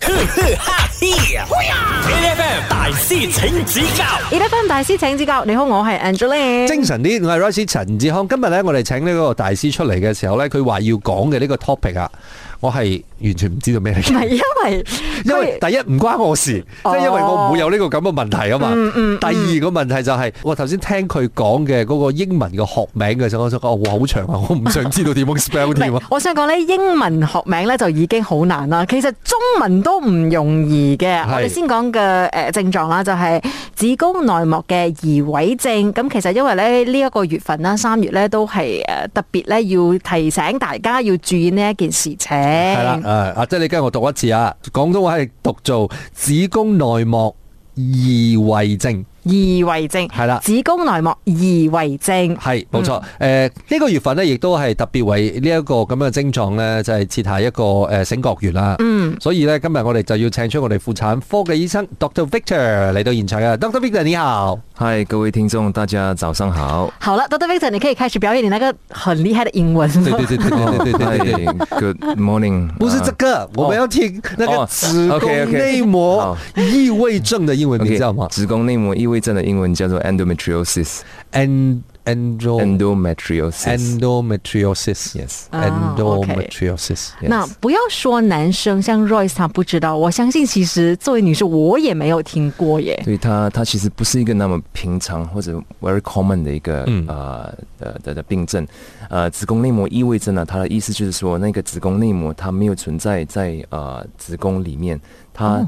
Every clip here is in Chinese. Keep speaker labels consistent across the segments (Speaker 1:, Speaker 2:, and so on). Speaker 1: 哈嘿，FM 大师请指教
Speaker 2: 而家分大師請指教，你好，我係 Angeline。
Speaker 3: 精神啲，我係 Rice 陳志康。今日咧，我哋請呢個大師出嚟嘅時候咧，佢話要講嘅呢個 topic 啊，我係完全唔知道咩嚟
Speaker 2: 唔
Speaker 3: 嘅。
Speaker 2: 係因為
Speaker 3: 因為
Speaker 2: 佢
Speaker 3: 第一唔關我事，即
Speaker 2: 哦
Speaker 3: 係因為我唔會有呢個咁嘅問題啊嘛。
Speaker 2: 嗯
Speaker 3: 第二個問題就係、我頭先聽佢講嘅嗰個英文嘅學名嘅時候，我想講哇好長啊，我唔想知道 點樣 spell
Speaker 2: 唔
Speaker 3: 添
Speaker 2: 係
Speaker 3: 啊。
Speaker 2: 我想講咧，英文學名咧就已經好難啦。其實中文都唔容易嘅。
Speaker 3: 係
Speaker 2: 我哋先講嘅誒症狀啦，就係子宮內膜嘅移位症。咁其實因為咧呢一個月份啦，三月咧都係誒特別咧要提醒大家要注意呢一件事情。
Speaker 3: 係啦，誒啊，即係你跟我讀一次啊，廣東話係讀做子宮內膜異位症，
Speaker 2: 移位症
Speaker 3: 係啦。
Speaker 2: 子宮內膜移位症。
Speaker 3: 係冇錯，誒呢、個月份咧，亦都係特別為呢一個咁樣嘅症狀咧，就係、設下一個誒、呃醒覺月啦。嗯，所以咧今日我哋就要請出我哋婦產科嘅醫生 Dr. Victor 嚟到現場啊，Dr. Victor 你好。
Speaker 4: 嗨，各位听众，大家早上 好。
Speaker 2: 好了，Doctor Victor，你可以開始表演你那個很厲害的英文
Speaker 3: 對
Speaker 2: 了。
Speaker 3: 對對對對對對
Speaker 4: 嗨
Speaker 3: 對對。
Speaker 4: 哎，Good morning 啊。
Speaker 3: 哦 不是这个，我们要听那个
Speaker 4: 哦
Speaker 3: 子宮
Speaker 4: OK，OK
Speaker 3: 內膜
Speaker 4: 好
Speaker 3: 異位症的英文
Speaker 4: OK，
Speaker 3: 名知道嗎
Speaker 4: 子宫内膜异位症的英文叫做 endometriosis。
Speaker 3: ？And endo
Speaker 4: endometriosis。
Speaker 3: endometriosis
Speaker 4: Yes。
Speaker 2: 啊，OK
Speaker 3: endometriosis。
Speaker 4: Yes
Speaker 2: 那不要说男生，像 Royce 他不知道，我相信其实作为女生我也没有听过耶。
Speaker 4: 所以它它其实不是一个那么平常或者 very common 的一个、
Speaker 3: 嗯
Speaker 4: 呃的的的病症，呃，子宫内膜异位症呢，它的意思就是说那个子宫内膜它没有存在在呃子宫里面，它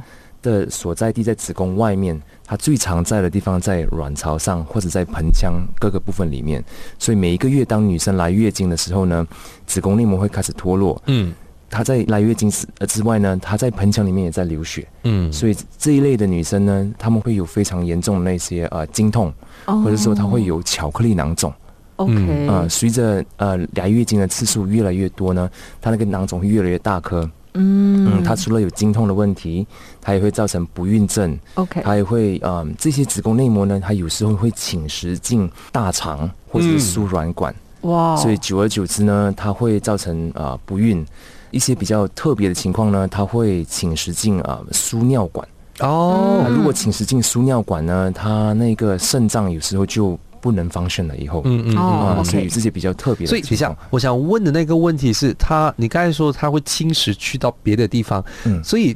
Speaker 4: 的所在地在子宫外面，它最常在的地方在卵巢上或者在盆腔各个部分里面，所以每一个月当女生来月经的时候呢，子宫内膜会开始脱落，
Speaker 3: 嗯
Speaker 4: 它在来月经之呃之外呢，它在盆腔里面也在流血，
Speaker 3: 嗯
Speaker 4: 所以这一类的女生呢，她们会有非常严重的那些呃经痛，
Speaker 2: 哦嗯
Speaker 4: 或者说她会有巧克力囊肿。
Speaker 2: OK，
Speaker 4: 呃，随着呃来月经的次数越来越多呢，她那个囊肿会越来越大颗。嗯，
Speaker 2: 嗯
Speaker 4: 她除了有经痛的问题，她也会造成不孕症，
Speaker 2: ，OK，
Speaker 4: 她也会呃这些子宫内膜呢，它有时候会侵蚀进大肠或者是输卵管。
Speaker 2: 哇，
Speaker 4: 所以久而久之呢，它会造成啊、呃不孕。一些比较特别的情况呢，它会侵蚀进啊输尿管。
Speaker 3: 哦
Speaker 4: 啊如果侵蚀进输尿管呢，它那个肾脏有时候就不能 function 了。以后，
Speaker 3: 嗯嗯嗯
Speaker 2: 哦
Speaker 4: 啊，
Speaker 2: ，OK
Speaker 4: 所以这些比较特别的
Speaker 3: 所
Speaker 4: 情
Speaker 3: 以，
Speaker 4: 况。
Speaker 3: 等一下，我想问的那个问题是，他你刚才说他会侵蚀去到别的地方，
Speaker 4: 嗯
Speaker 3: 所以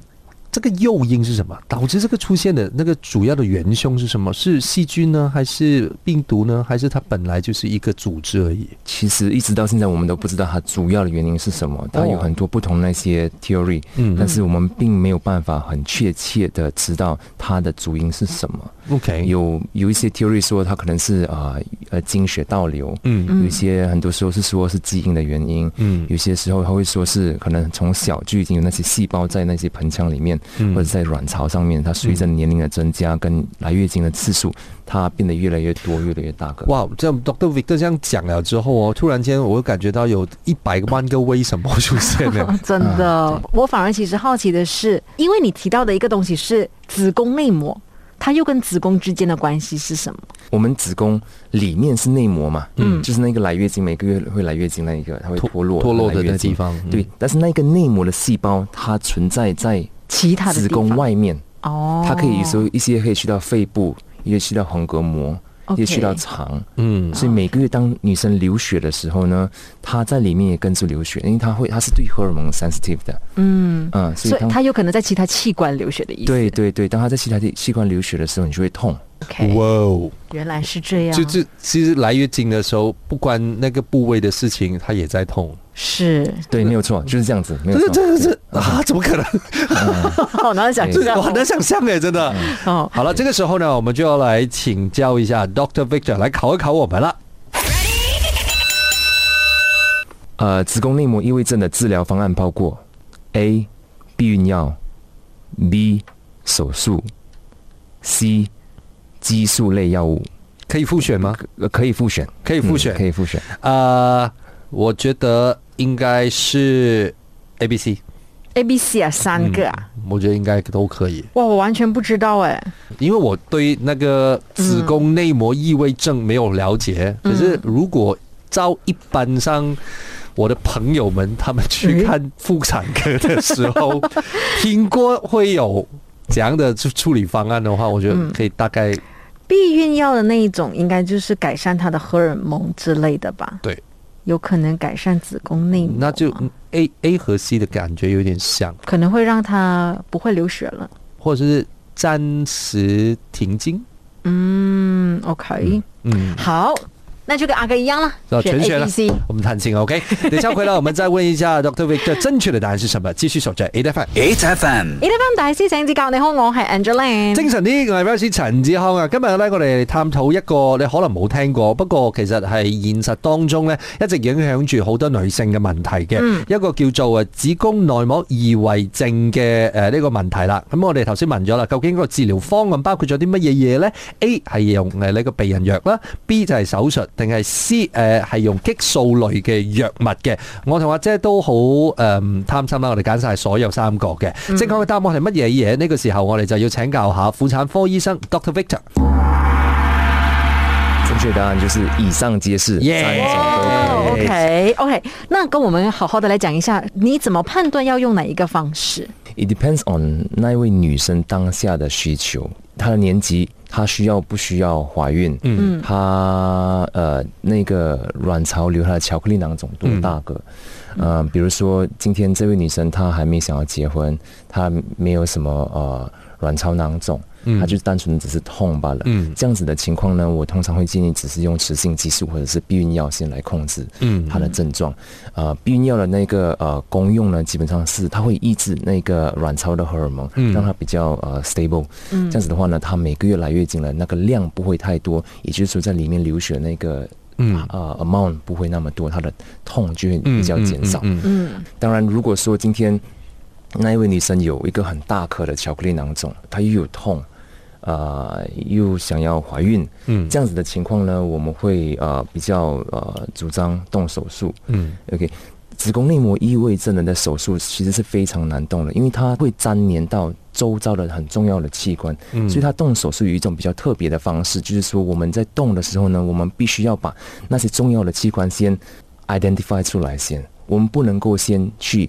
Speaker 3: 这个诱因是什么？导致这个出现的那个主要的元凶是什么？是细菌呢，还是病毒呢，还是它本来就是一个组织而已？
Speaker 4: 其实一直到现在，我们都不知道它主要的原因是什么。它有很多不同那些 theory，、
Speaker 3: 哦嗯
Speaker 4: 但是我们并没有办法很确切的知道它的主因是什么。
Speaker 3: ？OK，，
Speaker 4: 有有一些 theory 说它可能是啊呃经血倒流，
Speaker 3: 嗯
Speaker 4: 有一些很多时候是说是基因的原因，
Speaker 3: 嗯
Speaker 4: 有些时候他会说是可能从小就已经有那些细胞在那些盆腔里面，
Speaker 3: 嗯
Speaker 4: 或者在卵巢上面，它随着年龄的增加跟来月经的次数，它变得越来越多，越来越大个。
Speaker 3: 哇，这样 Doctor Victor 这样讲了之后哦，突然间我又感觉到有一百万个为什么出现 了。
Speaker 2: 真
Speaker 4: 啊
Speaker 2: 的，我反而其实好奇的是，因为你提到的一个东西是子宫内膜，它又跟子宫之间的关系是什么？
Speaker 4: 我们子宫里面是内膜嘛，嗯，就是那个来月经每个月会来月经那一个，它会
Speaker 3: 脱
Speaker 4: 脱落
Speaker 3: 脱落的
Speaker 4: 来月
Speaker 3: 那
Speaker 4: 经
Speaker 3: 地方嗯
Speaker 4: 对，但是那个内膜的细胞它存在在
Speaker 2: 其他的
Speaker 4: 子
Speaker 2: 地方
Speaker 4: 宫外面。
Speaker 2: 哦，
Speaker 4: 它可以有时候一些可以去到肺部，一些去到横膈膜，一
Speaker 2: OK
Speaker 4: 些去到肠。
Speaker 3: 嗯
Speaker 4: 所以每个月当女生流血的时候呢，她在里面也跟着流血，因为她会，她是对荷尔蒙 sensitive 的，
Speaker 2: 嗯，
Speaker 4: 嗯，所
Speaker 2: 所
Speaker 4: 以
Speaker 2: 以
Speaker 4: 当
Speaker 2: 它有可能在其他器官流血的意思。
Speaker 4: 对对对，当她在其他的器官流血的时候，你就会 痛。
Speaker 2: ，OK，
Speaker 3: 哇哦！
Speaker 2: 原来是这样，
Speaker 3: 就就其实来月经的时候，不关那个部位的事情，它也在痛。
Speaker 2: 是，
Speaker 4: 对，没有错，就是这样子，没有
Speaker 3: 这
Speaker 4: 错。嗯
Speaker 3: 这这这啊，怎么可能？
Speaker 2: 好难想
Speaker 3: 这
Speaker 2: 象
Speaker 3: 我很难
Speaker 2: 哦，
Speaker 3: 想象哎，真的。
Speaker 2: 哦，
Speaker 3: 好了，这个时候呢，我们就要来请教一下 Doctor Victor 来考一考我们了。
Speaker 4: 呃，子宫内膜异位症的治疗方案包括 A 避孕药，B 手术，C 激素类药物，
Speaker 3: 可以复选吗？
Speaker 4: 呃可以复选，
Speaker 3: 可以复选
Speaker 4: 嗯可以复选。
Speaker 3: 呃，我觉得应该是 A、B、C，
Speaker 2: A、B、C 啊，三个
Speaker 4: 嗯
Speaker 2: 啊，
Speaker 3: 我觉得应该都可以，
Speaker 2: 哇，我完全不知道哎。
Speaker 3: 因为我对那个子宫内膜异位症没有了解。可是如果照一般上我的朋友们他们去看妇产科的时候， 听过会有怎样的处处理方案的话，我觉得可以大概
Speaker 2: 避孕药的那一种，应该就是改善它的荷尔蒙之类的吧？
Speaker 3: 对，嗯
Speaker 2: 有可能改善子宫内膜，
Speaker 3: 那就 A A 和 C 的感觉有点像，
Speaker 2: 可能会让它不会流血了。
Speaker 3: 或者是暂时停经，
Speaker 2: 嗯，OK，
Speaker 3: 嗯。
Speaker 2: 好，那就跟阿哥一样啦
Speaker 3: 啊，，全选
Speaker 2: A、
Speaker 3: 了
Speaker 2: B、C。，
Speaker 3: 我们探亲 OK。等一下回来，我们再问一下 Doctor Vic 的正确的答案是什么？继续守着 A F M。
Speaker 1: ，H F M，
Speaker 2: E F M 大師請指教，你好，我係 Angeline。
Speaker 3: 精神啲，我係 Vers 陳志康啊！今日咧，我哋探討一個你可能冇聽過，不過其實係現實當中咧，一直影響住好多女性嘅問題嘅、一個叫做誒呃子宮內膜異位症嘅誒呢個問題啦。咁我哋頭先問咗啦，究竟個治療方案包括咗啲乜嘢嘢咧？A 係用誒呢個避孕藥啦，B 就係手術，定係 C 誒、係用激素類嘅藥物嘅。我同阿姐都好誒、貪心啦，我哋揀晒所有三個嘅。正確嘅答案係乜嘢嘢？呢、個時候我哋就要請教下婦產科醫生 Dr. Victor。
Speaker 4: 正确答案就是以上皆是，
Speaker 3: 耶
Speaker 4: 三种都可
Speaker 2: 哦
Speaker 4: 以。
Speaker 2: ，OK OK，那跟我们好好的来讲一下，你怎么判断要用哪一个方式？
Speaker 4: It depends on 那一位女生当下的需求，她的年纪，她需要不需要怀孕？嗯，她呃那个卵巢瘤，她的巧克力囊肿多大个？嗯、呃，比如说今天这位女生她还没想要结婚，她没有什么呃卵巢囊肿。她就单纯只是痛罢了。
Speaker 3: 嗯
Speaker 4: 这样子的情况呢，我通常会建议只是用雌性激素或者是避孕药先来控制。
Speaker 3: 嗯
Speaker 4: 它的症状。呃，避孕药的那个呃功用呢，基本上是它会抑制那个卵巢的荷尔蒙，
Speaker 3: 嗯
Speaker 4: 让它比较呃 stable。这样子的话呢，它每个月来月经了，那个量不会太多，也就是说在里面流血那个。
Speaker 3: 嗯
Speaker 4: 呃，amount 不会那么多，它的痛就会比较减少。
Speaker 3: 嗯
Speaker 2: 嗯
Speaker 4: 当然，如果说今天那一位女生有一个很大颗的巧克力囊肿，她又有痛，呃，又想要怀孕，
Speaker 3: 嗯
Speaker 4: 这样子的情况呢，我们会呃比较呃主张动手术。
Speaker 3: 嗯
Speaker 4: OK，子宫内膜异位症人的手术其实是非常难动的，因为它会粘连到周遭的很重要的器官，
Speaker 3: 嗯
Speaker 4: 所以它动手术有一种比较特别的方式，就是说我们在动的时候呢，我们必须要把那些重要的器官先 identify 出来先，我们不能够先去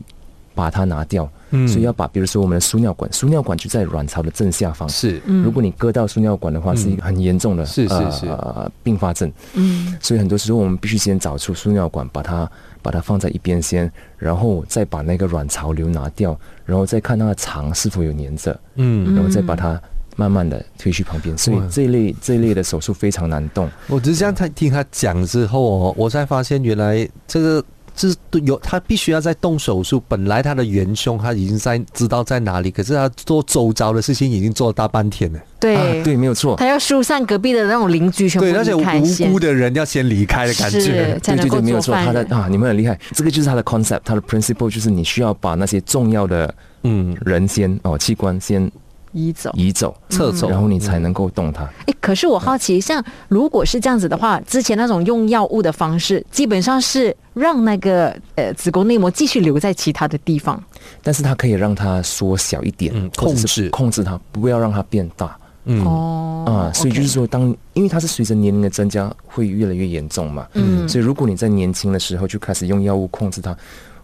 Speaker 4: 把它拿掉，
Speaker 3: 嗯
Speaker 4: 所以要把比如说我们的输尿管，输尿管就在卵巢的正下方，
Speaker 3: 是
Speaker 2: 嗯
Speaker 3: 嗯
Speaker 4: 如果你割到输尿管的话，是一个很严重的
Speaker 3: 是是是
Speaker 4: 呃并发症。
Speaker 2: 嗯，
Speaker 4: 所以很多时候我们必须先找出输尿管，把它把它放在一边先，然后再把那个卵巢瘤拿掉，然后再看它的肠是否有粘着，
Speaker 3: 嗯，
Speaker 4: 然后再把它慢慢的推去旁边。所以
Speaker 3: 哇
Speaker 4: 这一类这一类的手术非常难动。
Speaker 3: 我只是这样他听他讲之后哦，我才发现原来这个。这是有他必须要在动手术，本来他的元凶他已经在知道在哪里，可是他做周遭的事情已经做了大半天了。
Speaker 2: 对，
Speaker 4: 啊对，没有错。
Speaker 2: 他要疏散隔壁的那种邻居，全部
Speaker 3: 对，那些
Speaker 2: 离开
Speaker 3: 无
Speaker 2: 先
Speaker 3: 辜的人要先离开的感觉
Speaker 2: 是。才
Speaker 4: 对
Speaker 2: 能
Speaker 4: 对
Speaker 2: 够
Speaker 4: 对，没有
Speaker 2: 做
Speaker 4: 错，
Speaker 2: 饭
Speaker 4: 他的
Speaker 2: 人。
Speaker 4: 啊，你们很厉害，这个就是他的 concept，他的 principle 就是你需要把那些重要的
Speaker 3: 嗯，
Speaker 4: 人先哦器官先
Speaker 2: 移走。
Speaker 4: 移走，
Speaker 3: 撤走
Speaker 4: 然后你才能够动它。
Speaker 2: 哎，可是我好奇，像如果是这样子的话，之前那种用药物的方式，基本上是让那个呃子宫内膜继续留在其他的地方。
Speaker 4: 但是它可以让它缩小一点，
Speaker 3: 嗯
Speaker 4: 或者
Speaker 3: 控制
Speaker 4: 是控制它，不要让它变大啊、
Speaker 3: 嗯
Speaker 2: 哦，
Speaker 4: 所以就是
Speaker 2: OK
Speaker 4: 说当，因为它是随着年龄的增加会越来越严重嘛，
Speaker 2: 嗯
Speaker 4: 所以如果你在年轻的时候就开始用药物控制它，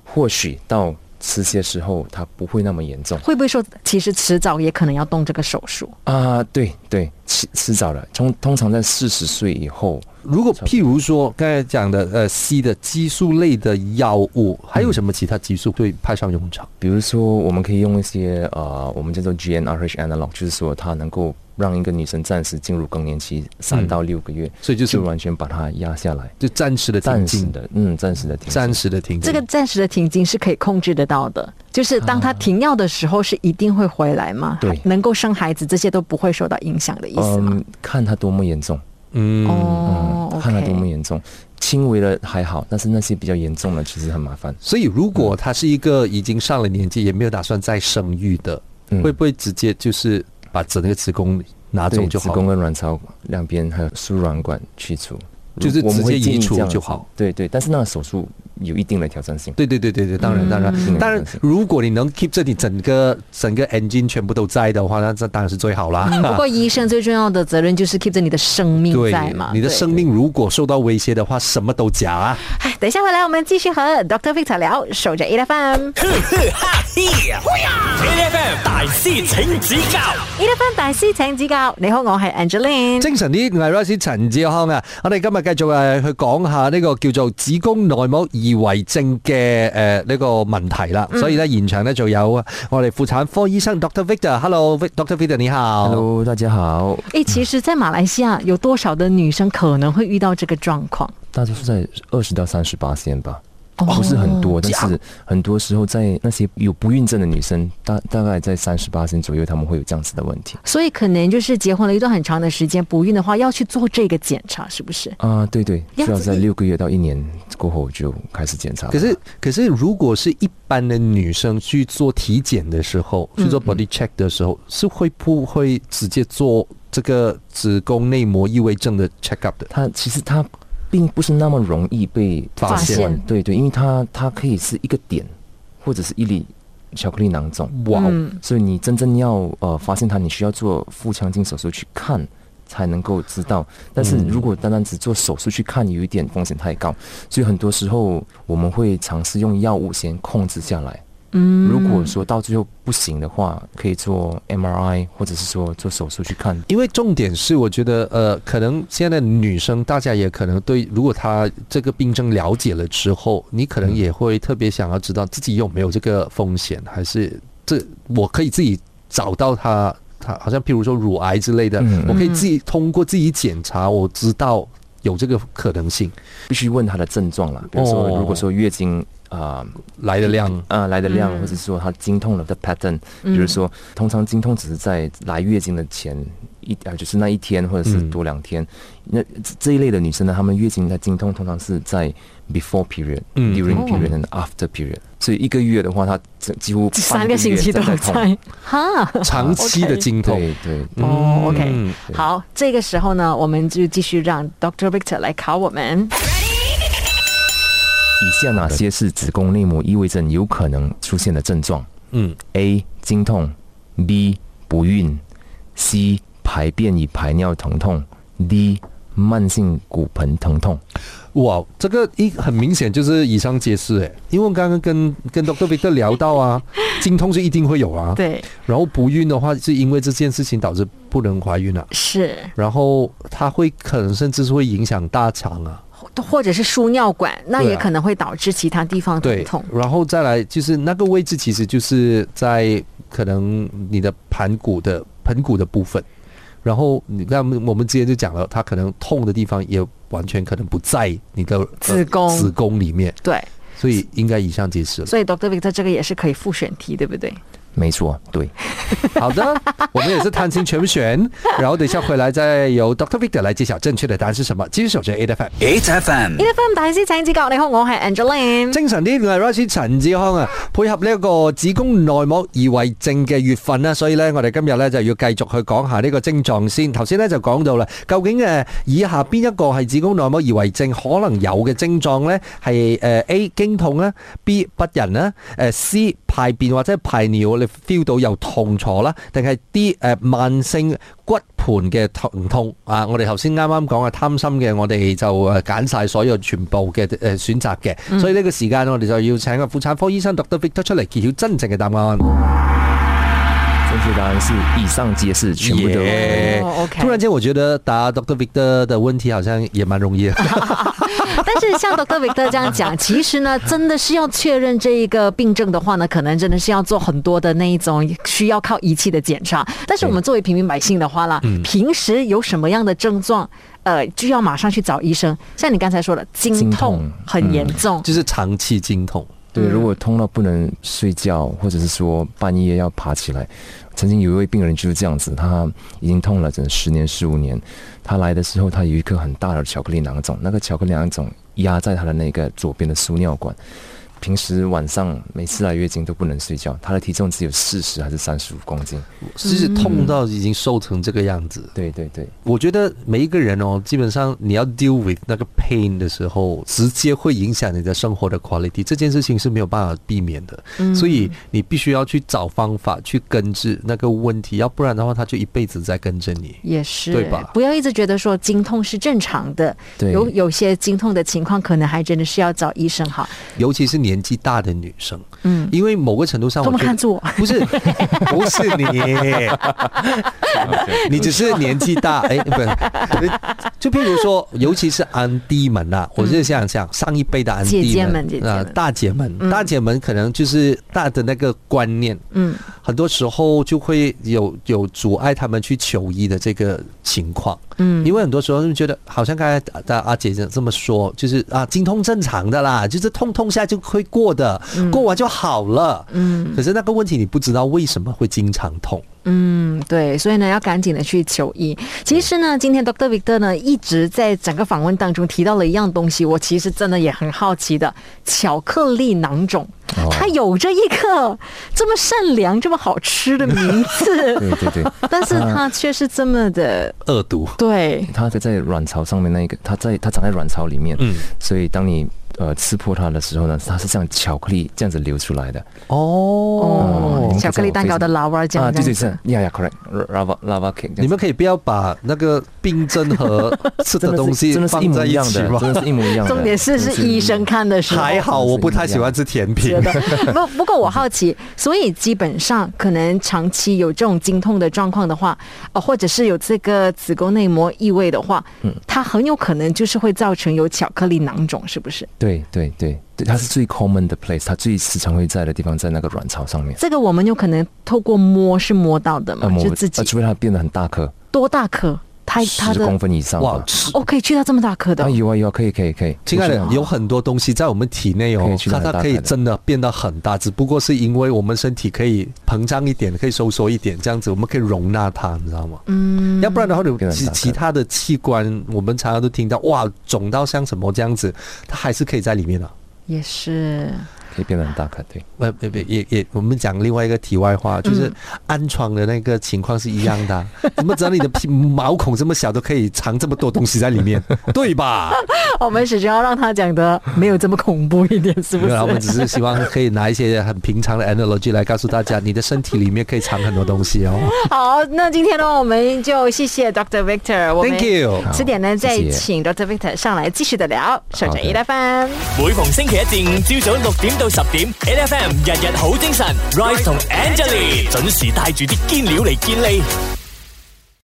Speaker 4: 或许到迟些时候它不会那么严重
Speaker 2: 会不会说，其实迟早也可能要动这个手术？
Speaker 4: 啊。对对，迟迟早了，通通常在四十岁以后，
Speaker 3: 如果譬如说刚才讲的呃 C 的激素类的药物，还有什么其他激素会派上用场？
Speaker 4: 比如说我们可以用一些呃，我们叫做 GnRH analog，就是说它能够让一个女生暂时进入更年期三
Speaker 3: 嗯
Speaker 4: 到六个月，
Speaker 3: 所以就是
Speaker 4: 就完全把它压下来。
Speaker 3: 就暂时的
Speaker 4: 暂
Speaker 3: 停
Speaker 4: 时
Speaker 3: 经，
Speaker 4: 的，嗯，暂时的停止。
Speaker 3: 暂时的停经。
Speaker 2: 这个暂时的停经是可以控制得到的，就是当他停药的时候是一定会回来吗？
Speaker 4: 对
Speaker 2: 能够生孩子这些都不会受到影响的意思吗？
Speaker 4: 嗯，看它多么严重，
Speaker 3: 嗯。
Speaker 2: 哦
Speaker 4: 看它多么
Speaker 2: ，OK，
Speaker 4: 严重。轻微的还好，但是那些比较严重的其实很麻烦。
Speaker 3: 所以，如果她是一个已经上了年纪，也没有打算再生育的，
Speaker 4: 嗯
Speaker 3: 会不会直接就是把整个子宫拿走
Speaker 4: 对，
Speaker 3: 就
Speaker 4: 子
Speaker 3: 好？
Speaker 4: 宫跟卵巢两边还有输卵管去除，
Speaker 3: 就是
Speaker 4: 我
Speaker 3: 直接
Speaker 4: 们会建议
Speaker 3: 移除
Speaker 4: 这样子
Speaker 3: 就好。
Speaker 4: 对对，但是那个手术有一定的挑战性。
Speaker 3: 对对对对对，当
Speaker 2: 嗯
Speaker 3: 然当然，当然，如果你能 keep 这里整个整个 engine 全部都在的话，那这当然是最好啦。
Speaker 2: 嗯不过医生最重要的责任就是 keep 着你的生命
Speaker 3: 对
Speaker 2: 在嘛，，
Speaker 3: 你的
Speaker 2: 对
Speaker 3: 生命如果受到威胁的话，什么都假啊。
Speaker 2: 哎，等一下回来我们继续和 Dr. Victor 聊，守着 A F M。
Speaker 1: 哈嘿呀！A F M 大师请指教
Speaker 2: E F M 大師請指教，你好，我係 Angeline。
Speaker 3: 精神啲，我系 Rice 陳志康啊！我哋今日繼續呃诶去講下呢個叫做子宮內膜異位症嘅诶呢個問題啦。
Speaker 2: 嗯
Speaker 3: 所以咧現場咧就有呃我哋婦產科醫生 Dr. Victor，Hello，Dr. Victor 你好。
Speaker 4: Hello，大家好，
Speaker 2: 诶，其實在馬來西亞有多少的女生可能會遇到這個狀況？
Speaker 4: 大多数在二十到三十八先吧。
Speaker 2: 哦
Speaker 4: 不是很多，但是很多时候在那些有不孕症的女生，大大概在三十八线左右，她们会有这样子的问题。
Speaker 2: 所以可能就是結婚了一段很長的時間，不孕的話要去做這個檢查，是不是？
Speaker 4: 啊、对对，
Speaker 2: 这样
Speaker 4: 最
Speaker 2: 子
Speaker 4: 好在六个月到一年过后就开始检查了。
Speaker 3: 可是可是如果是一般的女生去做體檢的時候，
Speaker 2: 嗯
Speaker 3: 去做 body check 的時候，是會不會直接做這個子宮內膜異位症的 check up 的？
Speaker 4: 它其实它并不是那么容易被
Speaker 3: 发
Speaker 2: 现
Speaker 4: 现，对对，因为它它可以是一个点，或者是一粒巧克力囊肿，
Speaker 3: 哇、哦！
Speaker 2: 嗯
Speaker 4: 所以你真正要呃发现它，你需要做腹腔镜手术去看。才能够知道，但是如果单单只做手术去看，有一点风险太高，所以很多时候我们会尝试用药物先控制下来。
Speaker 2: 嗯
Speaker 4: 如果说到最后不行的话，可以做 MRI 或者是说做手术去看
Speaker 3: 因为重点是，我觉得呃，可能现在的女生大家也可能对，如果她这个病症了解了之后，你可能也会特别想要知道自己有没有这个风险，还是这我可以自己找到她，她好像譬如说乳癌之类的，
Speaker 4: 嗯
Speaker 3: 我可以自己通过自己检查，我知道有这个可能性
Speaker 4: 必须问他的症状啦，比如说，
Speaker 3: 哦
Speaker 4: 如果说月经啊
Speaker 3: 来的量。
Speaker 4: 啊来的量，
Speaker 2: 嗯
Speaker 4: 或者说他经痛了的 pattern，比如说，通常经痛只是在来月经的前一啊，就是那一天或者是
Speaker 3: 嗯
Speaker 4: 多两天。那这这一类的女生呢，她们月经的经痛通常是在 before period、
Speaker 3: 嗯
Speaker 4: during
Speaker 2: 哦
Speaker 4: period 和 after period，所以一个月的话，她整几乎
Speaker 2: 三
Speaker 4: 半
Speaker 2: 個
Speaker 4: 个
Speaker 2: 星
Speaker 4: 月
Speaker 2: 期都
Speaker 4: 在痛。
Speaker 2: 在，哈，
Speaker 3: 长期的经痛，
Speaker 4: 对对，
Speaker 2: 哦，OK，
Speaker 3: 嗯
Speaker 2: 好，这個時候呢，我们就繼續讓 Dr. Victor 來考我們。
Speaker 4: 以下哪些是子宫内膜异位症有可能出现的症状？
Speaker 3: 嗯，
Speaker 4: A 经痛，B 不孕，C 排便与排尿疼痛，D 慢性骨盆疼痛。
Speaker 3: 哇，这个一很明显就是以上皆是哎，因为我刚刚跟跟 Doctor Victor 聊到 啊，经痛是一定会有啊，
Speaker 2: 對，
Speaker 3: 然后不孕的话，是因为这件事情导致不能怀孕了、啊
Speaker 2: 是，
Speaker 3: 然后它会可能甚至是会影响大肠啊，
Speaker 2: 或者是輸尿管，那
Speaker 3: 對啊
Speaker 2: 也可能會導致其他地方疼
Speaker 3: 对
Speaker 2: 痛。，
Speaker 3: 然后再来就是那个位置其实就是在可能你的盘骨的盆骨的部分，然后你那我们之前就讲了，它可能痛的地方也完全可能不在你的呃
Speaker 2: 子宫
Speaker 3: 子宫里面，
Speaker 2: 对，
Speaker 3: 所以应该以上皆 是了。
Speaker 2: 所以 Doctor Victor 这个也是可以复选题，对不对？
Speaker 4: 没错，对，
Speaker 3: 好的，我们也是贪心全选，然后等一下回来再由 Doctor Victor 来揭晓正确的答案是什么。继续守着 A F M。
Speaker 1: ，H F M
Speaker 2: 呢個 FM 大師請指教，你好，我係 Angeline。
Speaker 3: 精神啲，我系 Rice 陳志康啊，配合呢一個子宮內膜異位症嘅月份啦，所以咧我哋今日咧就要繼續去講下呢個症狀先。頭先咧就講到啦，究竟誒以下邊一個係子宮內膜異位症可能有嘅症狀咧？係誒 A 經痛啦，B 不孕啦，誒 C 排便或者排尿你 feel 到有痛楚啦，定係 D 誒慢性骨盤嘅疼痛啊！我哋頭先啱啱講嘅貪心嘅，我哋就誒揀晒所有全部嘅誒選擇嘅，
Speaker 2: 嗯
Speaker 3: 所以呢個時間我哋就要請個婦產科醫生 Dr. Victor 出嚟揭曉真正嘅答案。
Speaker 4: 正确答案是以上皆是，全部都。
Speaker 3: 耶
Speaker 2: 哦，OK
Speaker 3: 突然間我覺得答 Dr. Victor 的問題好像也蠻容易 的。
Speaker 2: 但是像 Doctor Victor 这样讲，其实呢，真的是要确认这一个病症的话呢，可能真的是要做很多的那一种需要靠仪器的检查。但是我们作为平民百姓的话啦，平时有什么样的症状，呃，就要马上去找医生。像你刚才说的，经
Speaker 4: 经
Speaker 2: 痛
Speaker 4: 痛
Speaker 2: 很严重，
Speaker 3: 就是长期经痛。
Speaker 4: 对，如果痛到不能睡觉，或者是说半夜要爬起来，曾经有一位病人就是这样子，他已经痛了整十年十五年。他来的时候，他有一颗很大的巧克力囊肿，那个巧克力囊肿压在他的那个左边的输尿管，平时晚上每次来月经都不能睡觉，她的体重只有四十还是三十五公斤。
Speaker 3: 就是痛到已经瘦成这个样子。
Speaker 4: 对对对，
Speaker 3: 我觉得每一个人哦，基本上你要 deal with 那个 pain 的时候，直接会影响你的生活的 quality，这件事情是没有办法避免的。
Speaker 2: 嗯
Speaker 3: 所以你必须要去找方法去根治那个问题，要不然的话，他就一辈子在跟着你。
Speaker 2: 也是，
Speaker 3: 对吧
Speaker 2: 不要一直觉得说经痛是正常的，
Speaker 4: 对
Speaker 2: 有有些经痛的情况，可能还真的是要找医生哈。
Speaker 3: 尤其是年纪大的女生，
Speaker 2: 嗯
Speaker 3: 因为某个程度上我
Speaker 2: 这么
Speaker 3: 觉得，
Speaker 2: 看着我
Speaker 3: 不是不是你， 你只是年纪大，哎，不是，就譬如说，尤其是安迪们啊，我是想想上一辈的安迪
Speaker 2: 嗯姐姐们姐姐们
Speaker 3: 啊大姐们，大姐们可能就是大的那个观念，
Speaker 2: 嗯，
Speaker 3: 很多时候就会有有阻碍他们去求医的这个情况，
Speaker 2: 嗯
Speaker 3: 因为很多时候就觉得，好像刚才大阿姐这么说，就是啊，经痛正常的啦，就是痛痛下就会过的，
Speaker 2: 嗯
Speaker 3: 过完就好了，嗯，可是那个问题你不知道为什么会经常痛，
Speaker 2: 嗯，对，所以呢，要赶紧的去求医。其实呢，今天 Dr. Victor 呢一直在整个访问当中提到了一样东西，我其实真的也很好奇的，巧克力囊肿，
Speaker 3: 哦
Speaker 2: 它有着一个这么善良、这么好吃的名
Speaker 4: 对
Speaker 2: 字，
Speaker 4: 对对，
Speaker 2: 但是它却是这么的
Speaker 3: 恶毒，
Speaker 2: 对。
Speaker 4: 它在在卵巢上面那一个，它在它长在卵巢里面，
Speaker 3: 嗯，
Speaker 4: 所以当你呃刺破它的时候呢，它是像巧克力这样子流出来的。
Speaker 3: 哦
Speaker 4: 嗯
Speaker 2: 哦，巧克力蛋糕的拉瓦酱
Speaker 4: 啊，
Speaker 2: 这
Speaker 4: 对
Speaker 2: 样
Speaker 4: 对
Speaker 2: 子
Speaker 4: 是，呀呀，correct，lava lava cake，这样子
Speaker 3: 你们可以不要把那个病症和吃
Speaker 4: 真
Speaker 3: 的
Speaker 4: 的
Speaker 3: 东
Speaker 4: 是
Speaker 3: 西
Speaker 4: 真的是一
Speaker 3: 放
Speaker 4: 模
Speaker 3: 在
Speaker 4: 一
Speaker 3: 一
Speaker 4: 样
Speaker 3: 起
Speaker 4: 的，
Speaker 3: 吧。
Speaker 4: 真的是一模一 样的。
Speaker 2: 重点是
Speaker 4: 真的
Speaker 2: 是医生看的时候，
Speaker 3: 还好，我不太喜欢吃甜品
Speaker 2: 觉。得不不过我好奇，所以基本上可能长期有这种经痛的状况的话，呃，或者是有这个子宫内膜异位的话，它很有可能就是会造成有巧克力囊肿，是不是？
Speaker 4: 对对对对，它是最 common 的 place，它最时常会在的地方，在那个卵巢上面。
Speaker 2: 这个我们有可能透过摸是摸到的嘛，
Speaker 4: 按摩
Speaker 2: 就自己
Speaker 4: 啊除非它变得很大颗，
Speaker 2: 多大颗，它它
Speaker 4: 十
Speaker 2: 的
Speaker 4: 公分以上
Speaker 3: 哇
Speaker 4: 吧。，
Speaker 2: 哦可以去到这么大颗的
Speaker 4: 啊，有啊有啊，可以可以可以，
Speaker 3: 亲爱的，有很多东西在我们体内
Speaker 4: 啊可
Speaker 3: 哦
Speaker 4: 以，去
Speaker 3: 它
Speaker 4: 拿
Speaker 3: 它
Speaker 4: 大
Speaker 3: 可以
Speaker 4: 概的
Speaker 3: 真的变得很大，只不过是因为我们身体可以膨胀一点，可以收缩一点，这样子我们可以容纳它，你知道吗？嗯，要不然的话，你
Speaker 4: 变得很
Speaker 3: 其
Speaker 4: 大
Speaker 3: 其他的器官，我们常常都听到哇，肿到像什么这样子，它还是可以在里面的、啊
Speaker 2: 也是
Speaker 4: 可以变得很大颗，对。
Speaker 3: 呃，别别也也，我们讲另外一个题外话，就是安床的那个情况是一样的啊、怎么知道你的屁毛孔这么小都可以藏这么多东西在里面，对吧？
Speaker 2: 我们始终要让他讲的没有这么恐怖一点，是不是
Speaker 3: 没有啦，我？们只是希望可以拿一些很平常的 analogy 来告诉大家，你的身体里面可以藏很多东西哦。
Speaker 2: 好，那今天呢，我们就谢谢 Dr. Victor，我们
Speaker 3: Thank you
Speaker 2: 迟点呢
Speaker 4: 好
Speaker 2: 再
Speaker 4: 谢谢
Speaker 2: 请 Dr. Victor 上来继续的聊，守
Speaker 4: 好
Speaker 2: 着
Speaker 4: 的
Speaker 2: E F M。
Speaker 1: 每逢星期一至五朝早六點到十點，N F M 日日好精神，Rise 同 Angelie 準時帶住啲堅料嚟健利。